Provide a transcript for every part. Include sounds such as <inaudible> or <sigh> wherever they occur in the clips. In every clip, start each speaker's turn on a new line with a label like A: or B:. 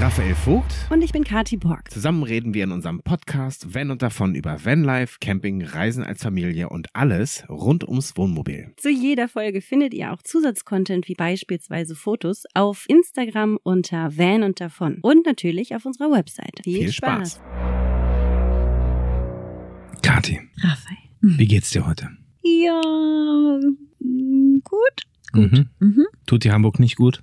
A: Vogt.
B: Und ich bin Kati Borg.
A: Zusammen reden wir in unserem Podcast Van und davon über Vanlife, Camping, Reisen als Familie und alles rund ums Wohnmobil.
B: Zu jeder Folge findet ihr auch Zusatzcontent wie beispielsweise Fotos auf Instagram unter Van und davon und natürlich auf unserer Website.
A: Viel Spaß. Kathi,
C: Raphael.
A: wie geht's dir heute?
C: Ja, mm, gut.
A: Mhm.
C: Mhm.
A: Tut dir Hamburg nicht gut?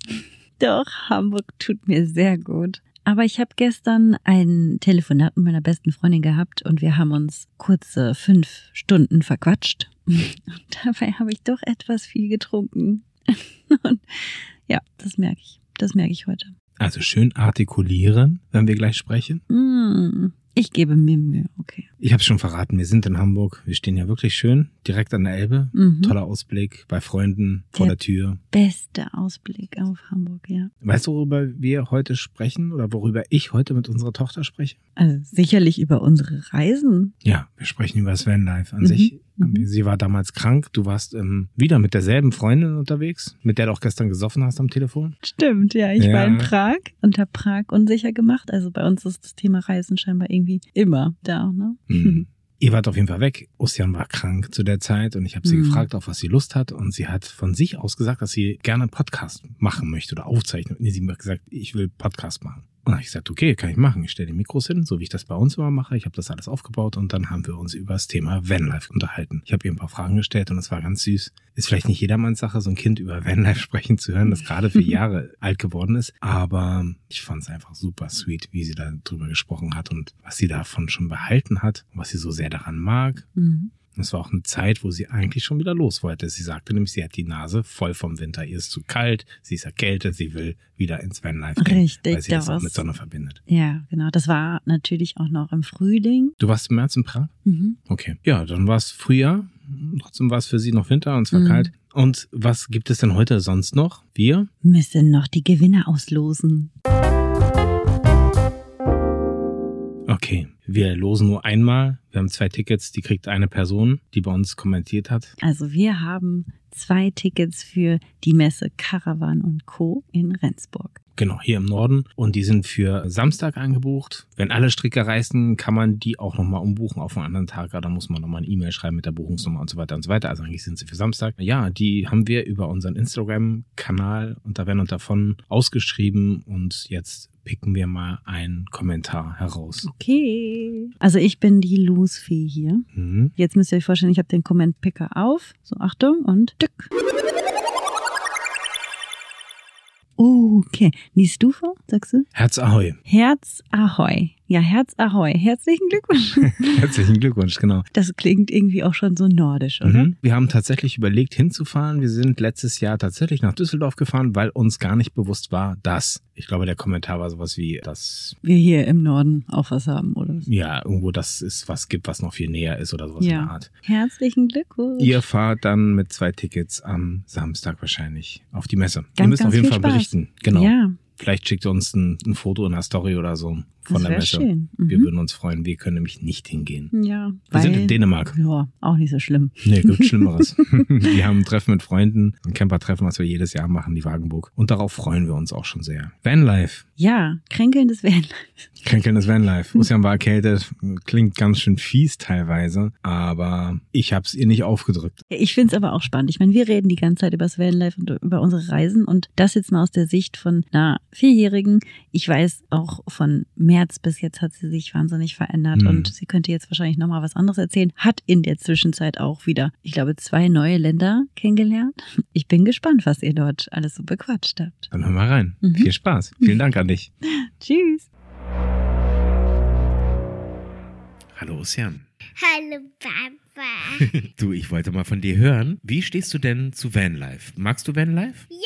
C: Doch, Hamburg tut mir sehr gut. Aber ich habe gestern ein Telefonat mit meiner besten Freundin gehabt und wir haben uns kurze fünf Stunden verquatscht. <laughs> Und dabei habe ich doch etwas viel getrunken. <laughs> Und ja, das merke ich. Das merke ich heute.
A: Also schön artikulieren, wenn wir gleich sprechen.
C: Mm, Ich gebe mir Mühe, okay.
A: Ich habe schon verraten, wir sind in Hamburg. Wir stehen ja wirklich schön direkt an der Elbe.
C: Mhm.
A: Toller Ausblick bei Freunden vor
C: Ja.
A: der Tür.
C: Bester Ausblick auf Hamburg, ja.
A: Weißt du, worüber wir heute sprechen oder worüber ich heute mit unserer Tochter spreche?
C: Also sicherlich über unsere Reisen.
A: Ja, wir sprechen über das Vanlife an
C: Mhm.
A: sich. Ähm,
C: Mhm.
A: Sie war damals krank. Du warst ähm, wieder mit derselben Freundin unterwegs, mit der du auch gestern gesoffen hast am Telefon.
C: Stimmt, ja. Ich
A: Ja.
C: war in Prag und habe Prag unsicher gemacht. Also bei uns ist das Thema Reisen scheinbar irgendwie immer da, ne?
A: Mhm. <laughs> Ihr wart auf jeden Fall weg. Ossian war krank zu der Zeit und ich habe sie
C: Mhm.
A: gefragt, auf was sie Lust hat. Und sie hat von sich aus gesagt, dass sie gerne einen Podcast machen möchte oder aufzeichnen. Nee, sie hat gesagt, ich will Podcast machen. Und dann habe ich gesagt, okay, kann ich machen. Ich stelle die Mikros hin, so wie ich das bei uns immer mache. Ich habe das alles aufgebaut und dann haben wir uns über das Thema Vanlife unterhalten. Ich habe ihr ein paar Fragen gestellt und es war ganz süß. Ist vielleicht nicht jedermanns Sache, so ein Kind über Vanlife <laughs> sprechen zu hören, das gerade
C: <laughs>
A: vier Jahre alt geworden ist. Aber ich fand es einfach super sweet, wie sie da drüber gesprochen hat und was sie davon schon behalten hat und was sie so sehr daran mag.
C: Mhm.
A: Es war auch eine Zeit, wo sie eigentlich schon wieder los wollte. Sie sagte nämlich, sie hat die Nase voll vom Winter. Ihr ist zu kalt, sie ist erkältet, sie will wieder ins Vanlife gehen, weil
C: Richtig,
A: sie das
C: da
A: auch mit
C: war's.
A: Sonne verbindet.
C: Ja, genau. Das war natürlich auch noch im Frühling.
A: Du warst im März in Prag?
C: Mhm.
A: Okay. Ja, dann war es Frühjahr. Trotzdem war es für sie noch Winter und es war
C: Mhm.
A: kalt. Und was gibt es denn heute sonst noch? Wir?
C: Müssen noch die Gewinner auslosen.
A: Okay. Wir losen nur einmal. Wir haben zwei Tickets, die kriegt eine Person, die bei uns kommentiert hat.
C: Also wir haben zwei Tickets für die Messe Caravan und Co. in Rendsburg.
A: Genau, hier im Norden. Und die sind für Samstag angebucht. Wenn alle Stricke reißen, kann man die auch nochmal umbuchen auf einen anderen Tag. Da muss man nochmal eine E-Mail schreiben mit der Buchungsnummer und so weiter und so weiter. Also eigentlich sind sie für Samstag. Ja, die haben wir über unseren Instagram-Kanal unter Wenn und Davon ausgeschrieben. Und jetzt picken wir mal einen Kommentar heraus.
C: Okay. Also ich bin die Losfee hier.
A: Mhm.
C: Jetzt müsst ihr euch vorstellen, ich habe den Comment-Picker auf. So, Achtung und tück. Okay, die Stufe, sagst du?
A: Herz Ahoi.
C: Herz Ahoi. Ja, Herz Ahoi.
A: <laughs>
C: Herzlichen Glückwunsch.
A: Herzlichen Glückwunsch, genau.
C: Das klingt irgendwie auch schon so nordisch, oder?
A: Mhm. Wir haben tatsächlich überlegt, hinzufahren. Wir sind letztes Jahr tatsächlich nach Düsseldorf gefahren, weil uns gar nicht bewusst war, dass, ich glaube, der Kommentar war sowas wie, dass
C: Wir hier im Norden auch was haben, oder?
A: ja irgendwo das ist, was gibt, was noch viel näher ist oder sowas
C: Ja.
A: in der Art.
C: Herzlichen Glückwunsch.
A: Ihr fahrt dann mit zwei Tickets am Samstag wahrscheinlich auf die Messe. ihr
C: Ganz,
A: müsst auf
C: ganz
A: jeden
C: viel
A: Fall
C: Spaß.
A: berichten. Genau.
C: Ja,
A: Vielleicht schickt ihr uns ein, ein Foto in der Story oder so von
C: das
A: der
C: wäre
A: Messe.
C: schön.
A: Wir
C: Mhm.
A: würden uns freuen. Wir können nämlich nicht hingehen.
C: Ja,
A: Wir
C: weil,
A: sind in Dänemark.
C: ja, auch nicht so schlimm.
A: Nee, gibt Schlimmeres. wir haben ein Treffen mit Freunden, ein Campertreffen, was wir jedes Jahr machen, die Wagenburg. Und darauf freuen wir uns auch schon sehr. Vanlife.
C: Ja, kränkelndes Werden.
A: Kränkelndes Vanlife. Ocean war erkältet, klingt ganz schön fies teilweise, aber ich hab's ihr nicht aufgedrückt.
C: Ja, Ich finde es aber auch spannend. Ich meine, wir reden die ganze Zeit über das Vanlife und über unsere Reisen und das jetzt mal aus der Sicht von einer Vierjährigen. Ich weiß auch von März bis jetzt hat sie sich wahnsinnig verändert
A: Mhm.
C: und sie könnte jetzt wahrscheinlich nochmal was anderes erzählen. Hat in der Zwischenzeit auch wieder, ich glaube, zwei neue Länder kennengelernt. Ich bin gespannt, was ihr dort alles so bequatscht habt.
A: Dann hör mal rein.
C: Mhm.
A: Viel Spaß. Vielen Dank an dich.
C: Tschüss.
D: Hallo Ocean.
E: Hallo Papa.
D: Du, ich wollte mal von dir hören. Wie stehst du denn zu Vanlife? Magst du Vanlife?
E: ja,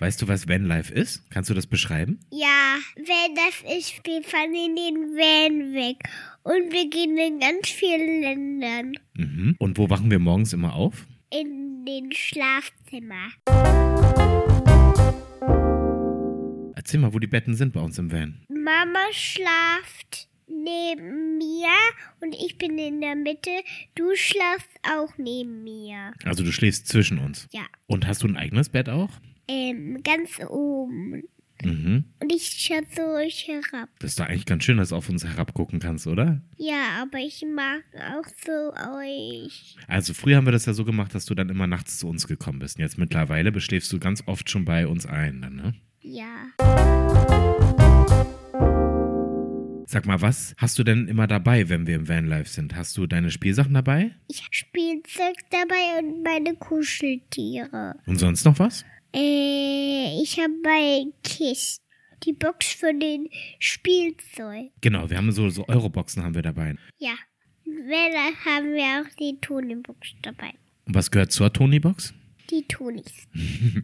D: Weißt du, was Vanlife ist? Kannst du das beschreiben?
E: ja, wenn das ist, wir fahren in den Van weg und wir gehen in ganz vielen Ländern
D: Mhm. Und wo wachen wir morgens immer auf?
E: in den Schlafzimmer.
D: Erzähl mal, wo die Betten sind bei uns im Van.
E: Mama schlaft neben mir und ich bin in der Mitte. Du schlafst auch neben mir.
D: Also du schläfst zwischen uns.
E: Ja,
D: Und hast du ein eigenes Bett auch?
E: ähm, ganz oben.
D: Mhm.
E: Und ich schätze euch herab.
D: Das ist doch eigentlich ganz schön, dass du auf uns herabgucken kannst, oder?
E: Ja, aber ich mag auch so euch.
D: Also früher haben wir das ja so gemacht, dass du dann immer nachts zu uns gekommen bist. Und jetzt mittlerweile beschläfst du ganz oft schon bei uns ein, dann, ne?
E: Ja.
D: Sag mal, was hast du denn immer dabei, wenn wir im Vanlife sind? Hast du deine Spielsachen dabei?
E: Ich hab Spielzeug dabei und meine Kuscheltiere.
D: Und sonst noch was?
E: Äh, ich habe bei Kiss die Box von den Spielzeug.
D: Genau, wir haben so, so Euroboxen haben wir dabei.
E: Ja. Wenn, dann haben wir auch die Tony-Box dabei.
D: Und was gehört zur Tony-Box?
E: Die Tonis.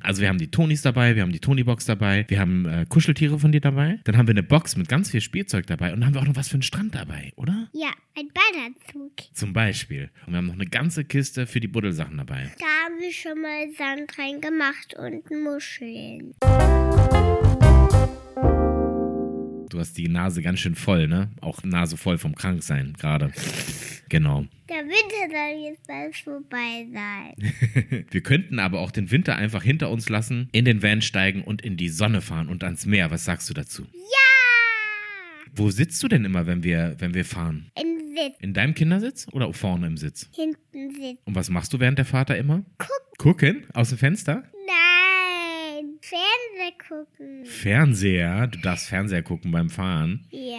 D: Also wir haben die Tonis dabei, wir haben die Tony-Box dabei, wir haben äh, Kuscheltiere von dir dabei. Dann haben wir eine Box mit ganz viel Spielzeug dabei und dann haben wir auch noch was für einen Strand dabei, oder?
E: Ja, ein Badeanzug.
D: Zum Beispiel. Und wir haben noch eine ganze Kiste für die Buddelsachen dabei.
E: Da haben wir schon mal Sand reingemacht und Muscheln.
D: Du hast die Nase ganz schön voll, ne? Auch Nase voll vom Kranksein gerade. Genau.
E: Der Winter soll jetzt bald vorbei sein.
D: Wir könnten aber auch den Winter einfach hinter uns lassen, in den Van steigen und in die Sonne fahren und ans Meer. Was sagst du dazu?
E: Ja!
D: Wo sitzt du denn immer, wenn wir, wenn wir fahren?
E: Im Ah! Sitz.
D: In deinem Kindersitz oder vorne im Sitz?
E: Hinten sitzt.
D: Und was machst du während der Vater immer? Gucken. Gucken? Aus dem Fenster?
E: Nein! Fernseh gucken.
D: Fernseher. Du darfst Fernseher gucken beim Fahren.
E: Ja.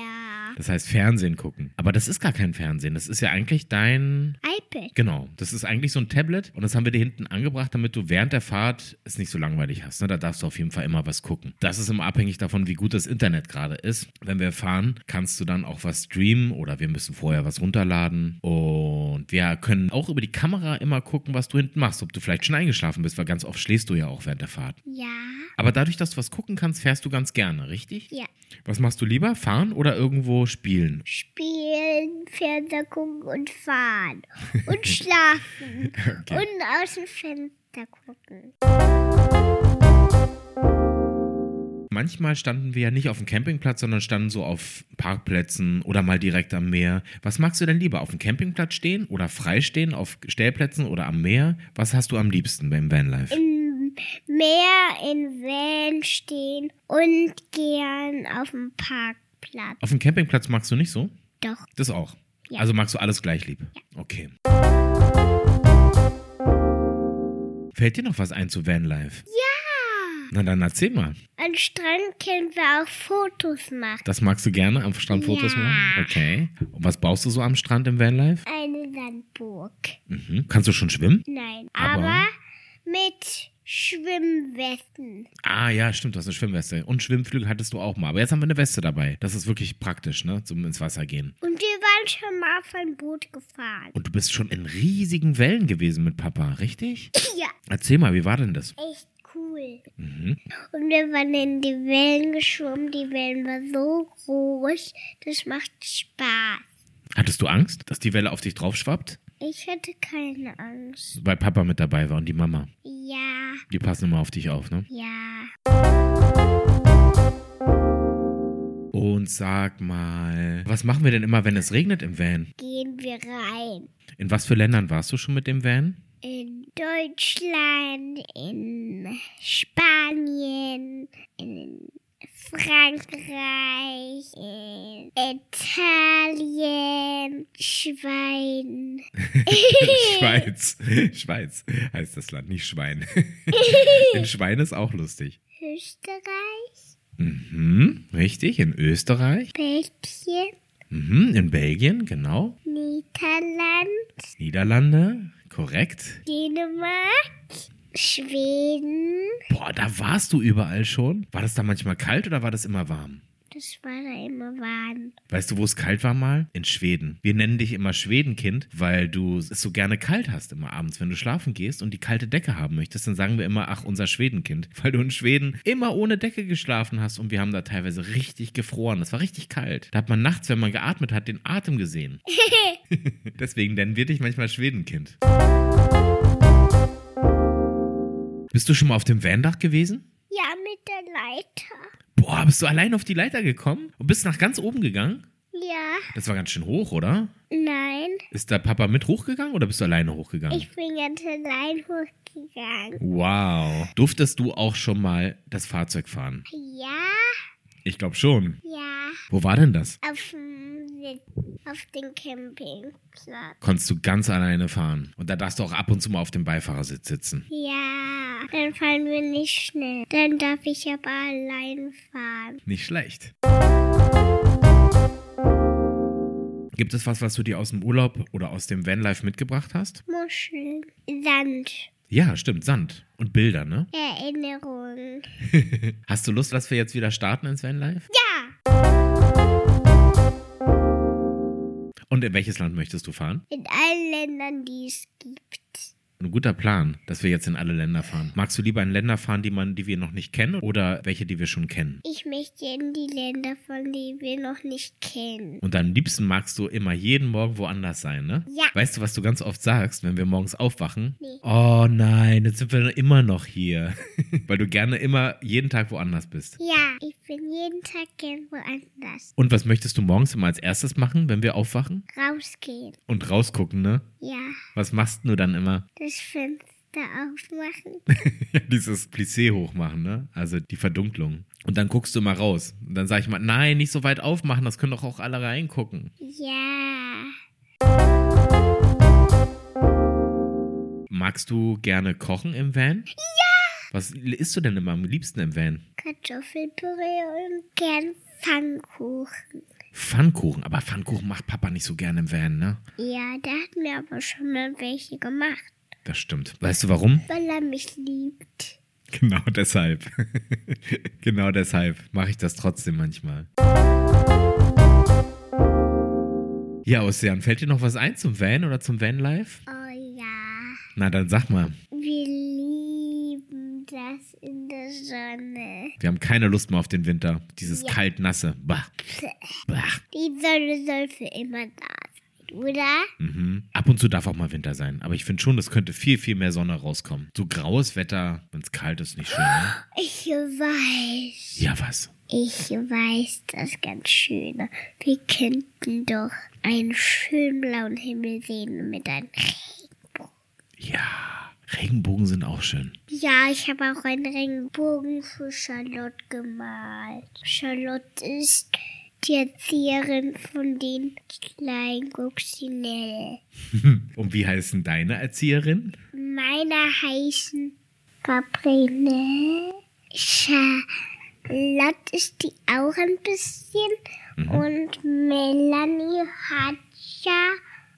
D: Das heißt Fernsehen gucken. Aber das ist gar kein Fernsehen. Das ist ja eigentlich dein.
E: iPad.
D: Genau, das ist eigentlich so ein Tablet und das haben wir dir hinten angebracht, damit du während der Fahrt es nicht so langweilig hast. Ne? Da darfst du auf jeden Fall immer was gucken. Das ist immer abhängig davon, wie gut das Internet gerade ist. Wenn wir fahren, kannst du dann auch was streamen oder wir müssen vorher was runterladen. Und wir können auch über die Kamera immer gucken, was du hinten machst, ob du vielleicht schon eingeschlafen bist, weil ganz oft schläfst du ja auch während der Fahrt.
E: Ja.
D: Aber dadurch, dass du was gucken kannst, fährst du ganz gerne, richtig?
E: Ja.
D: Was machst du lieber? Fahren oder
E: <laughs>
D: irgendwo spielen?
E: Spielen, Fernseher gucken und fahren. Und schlafen. Und aus dem Fenster gucken.
D: Manchmal standen wir ja nicht auf dem Campingplatz, sondern standen so auf Parkplätzen oder mal direkt am Meer. Was magst du denn lieber? Auf dem Campingplatz stehen oder freistehen auf Stellplätzen oder am Meer? Was hast du am liebsten beim Vanlife?
E: Im Meer, Hm. in Van stehen und gern auf dem Parkplatz.
D: Auf dem Campingplatz magst du nicht so?
E: Doch.
D: Das auch.
E: Ja.
D: Also magst du alles gleich lieb. Okay. Fällt dir noch was ein zu Vanlife? Ja. Na dann erzähl mal.
E: Am Strand können wir auch Fotos machen.
D: Das magst du gerne am Strand Fotos
E: Ja.
D: machen? Okay. Und was baust du so am Strand im Vanlife?
E: Eine Sandburg.
D: Mhm. Kannst du schon schwimmen?
E: Nein,
D: Aber-
E: aber, mit Schwimmwesten.
D: Ah ja, stimmt, du hast eine Schwimmweste. Und Schwimmflügel hattest du auch mal. Aber jetzt haben wir eine Weste dabei. Das ist wirklich praktisch, ne? Zum ins Wasser gehen.
E: Und wir waren schon mal auf ein Boot gefahren.
D: Und du bist schon in riesigen Wellen gewesen mit Papa, richtig?
E: Ja,
D: Erzähl mal, wie war denn das?
E: echt cool.
D: Mhm.
E: Und wir waren in die Wellen geschwommen. Die Wellen waren so groß. Das macht Spaß.
D: Hattest du Angst, dass die Welle auf dich draufschwappt?
E: Ich hatte keine Angst.
D: Weil Papa mit dabei war und die Mama.
E: Ja,
D: Die passen immer auf dich auf, ne?
E: ja.
D: Und sag mal, was machen wir denn immer, wenn es regnet im Van?
E: Gehen wir rein.
D: In was für Ländern warst du schon mit dem Van?
E: In Deutschland, in Spanien, in Frankreich, in Italien, Schwein.
D: Schweiz. Schweiz heißt das Land, nicht Schwein. In Schwein ist auch lustig.
E: Österreich,
D: Mhm, richtig, in Österreich,
E: Belgien,
D: mhm, in Belgien, genau,
E: Niederland,
D: Niederlande, korrekt.
E: Dänemark, Schweden.
D: Boah, da warst du überall schon. War das da manchmal kalt oder war das immer warm?
E: Das war da immer warm.
D: Weißt du, wo es kalt war mal? In Schweden. Wir nennen dich immer Schwedenkind, weil du es so gerne kalt hast immer abends, wenn du schlafen gehst und die kalte Decke haben möchtest, dann sagen wir immer, ach, unser Schwedenkind, <laughs> weil du in Schweden immer ohne Decke geschlafen hast und wir haben da teilweise richtig gefroren. Das war richtig kalt. Da hat man nachts, wenn man geatmet hat, den Atem gesehen. Deswegen nennen wir dich manchmal Schwedenkind. Bist du schon mal auf dem Vandach gewesen?
E: Ja, mit der Leiter.
D: Boah, bist du allein auf die Leiter gekommen und bist nach ganz oben gegangen?
E: Ja,
D: Das war ganz schön hoch, oder?
E: nein,
D: Ist da Papa mit hochgegangen oder bist du alleine hochgegangen?
E: Ich bin ganz allein hochgegangen.
D: wow. Durftest du auch schon mal das Fahrzeug fahren?
E: Ja,
D: Ich glaube schon.
E: ja.
D: Wo war denn das?
E: Auf dem, auf dem Campingplatz.
D: Konntest du ganz alleine fahren. Und da darfst du auch ab und zu mal auf dem Beifahrersitz sitzen.
E: Ja, dann fahren wir nicht schnell. Dann darf ich aber allein fahren.
D: Nicht schlecht. Gibt es was, was du dir aus dem Urlaub oder aus dem Vanlife mitgebracht hast?
E: Muscheln, Sand,
D: Ja, stimmt, Sand und Bilder, ne?
E: Erinnerungen.
D: Hast du Lust, dass wir jetzt wieder starten ins Vanlife?
E: Ja,
D: Und in welches Land möchtest du fahren?
E: in allen Ländern, die es gibt.
D: Ein guter Plan, dass wir jetzt in alle Länder fahren. Magst du lieber in Länder fahren, die man, die wir noch nicht kennen oder welche, die wir schon kennen?
E: Ich möchte in die Länder, von denen wir noch nicht kennen.
D: Und am liebsten magst du immer jeden Morgen woanders sein, ne?
E: Ja.
D: Weißt du, was du ganz oft sagst, wenn wir morgens aufwachen?
E: Nee.
D: Oh nein, jetzt sind wir immer noch hier. <laughs> Weil du gerne immer jeden Tag woanders bist.
E: Ja, ich bin jeden Tag gern woanders.
D: Und was möchtest du morgens immer als erstes machen, wenn wir aufwachen?
E: Rausgehen.
D: Und rausgucken, ne?
E: Ja,
D: Was machst du dann immer?
E: das Fenster aufmachen.
D: <laughs> Ja, Dieses Plissé hochmachen, ne? Also die Verdunklung. Und dann guckst du mal raus. Und dann sag ich mal, nein, nicht so weit aufmachen, das können doch auch alle reingucken.
E: Ja,
D: Magst du gerne kochen im Van? Ja! Was isst du denn immer am liebsten im Van?
E: Kartoffelpüree und gern Pfannkuchen.
D: Pfannkuchen. Aber Pfannkuchen macht Papa nicht so gerne im Van, ne?
E: Ja, da hat mir aber schon mal welche gemacht.
D: Das stimmt. Weißt
E: <laughs>
D: du warum?
E: weil er mich liebt.
D: Genau deshalb. <laughs> genau deshalb mache ich das trotzdem manchmal. Ja, Ocean, fällt dir noch was ein zum Van oder zum Vanlife?
E: Oh ja,
D: Na, dann sag mal.
E: wir lieben das in der Sonne.
D: Wir haben keine Lust mehr auf den Winter. Dieses
E: Ja.
D: kalt-nasse. Bah. Bah.
E: Die Sonne soll für immer da sein, oder?
D: Mhm. Ab und zu darf auch mal Winter sein. Aber ich finde schon, es könnte viel, viel mehr Sonne rauskommen. So graues Wetter, wenn es kalt ist, nicht schön. Ne?
E: Ich weiß,
D: Ja, was?
E: ich weiß das ganz Schöne. Wir könnten doch einen schönen blauen Himmel sehen mit einem Regenbogen.
D: Ja. Regenbogen sind auch schön. <laughs>
E: Ja, ich habe auch einen Regenbogen für Charlotte gemalt. Charlotte ist die Erzieherin von den kleinen Guxinell.
D: Und wie heißen deine Erzieherin?
E: Meine heißen Gabriele. Charlotte ist die auch ein bisschen. Und Melanie hat ja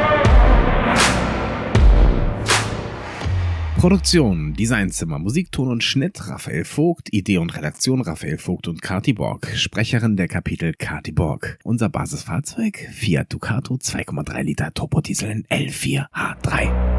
A: Produktion, Designzimmer, Musikton und Schnitt Raphael Vogt, Idee und Redaktion Raphael Vogt und Kati Borg, Sprecherin der Kapitel Kati Borg. Unser Basisfahrzeug Fiat Ducato 2,3 Liter Turbodiesel in L4H3.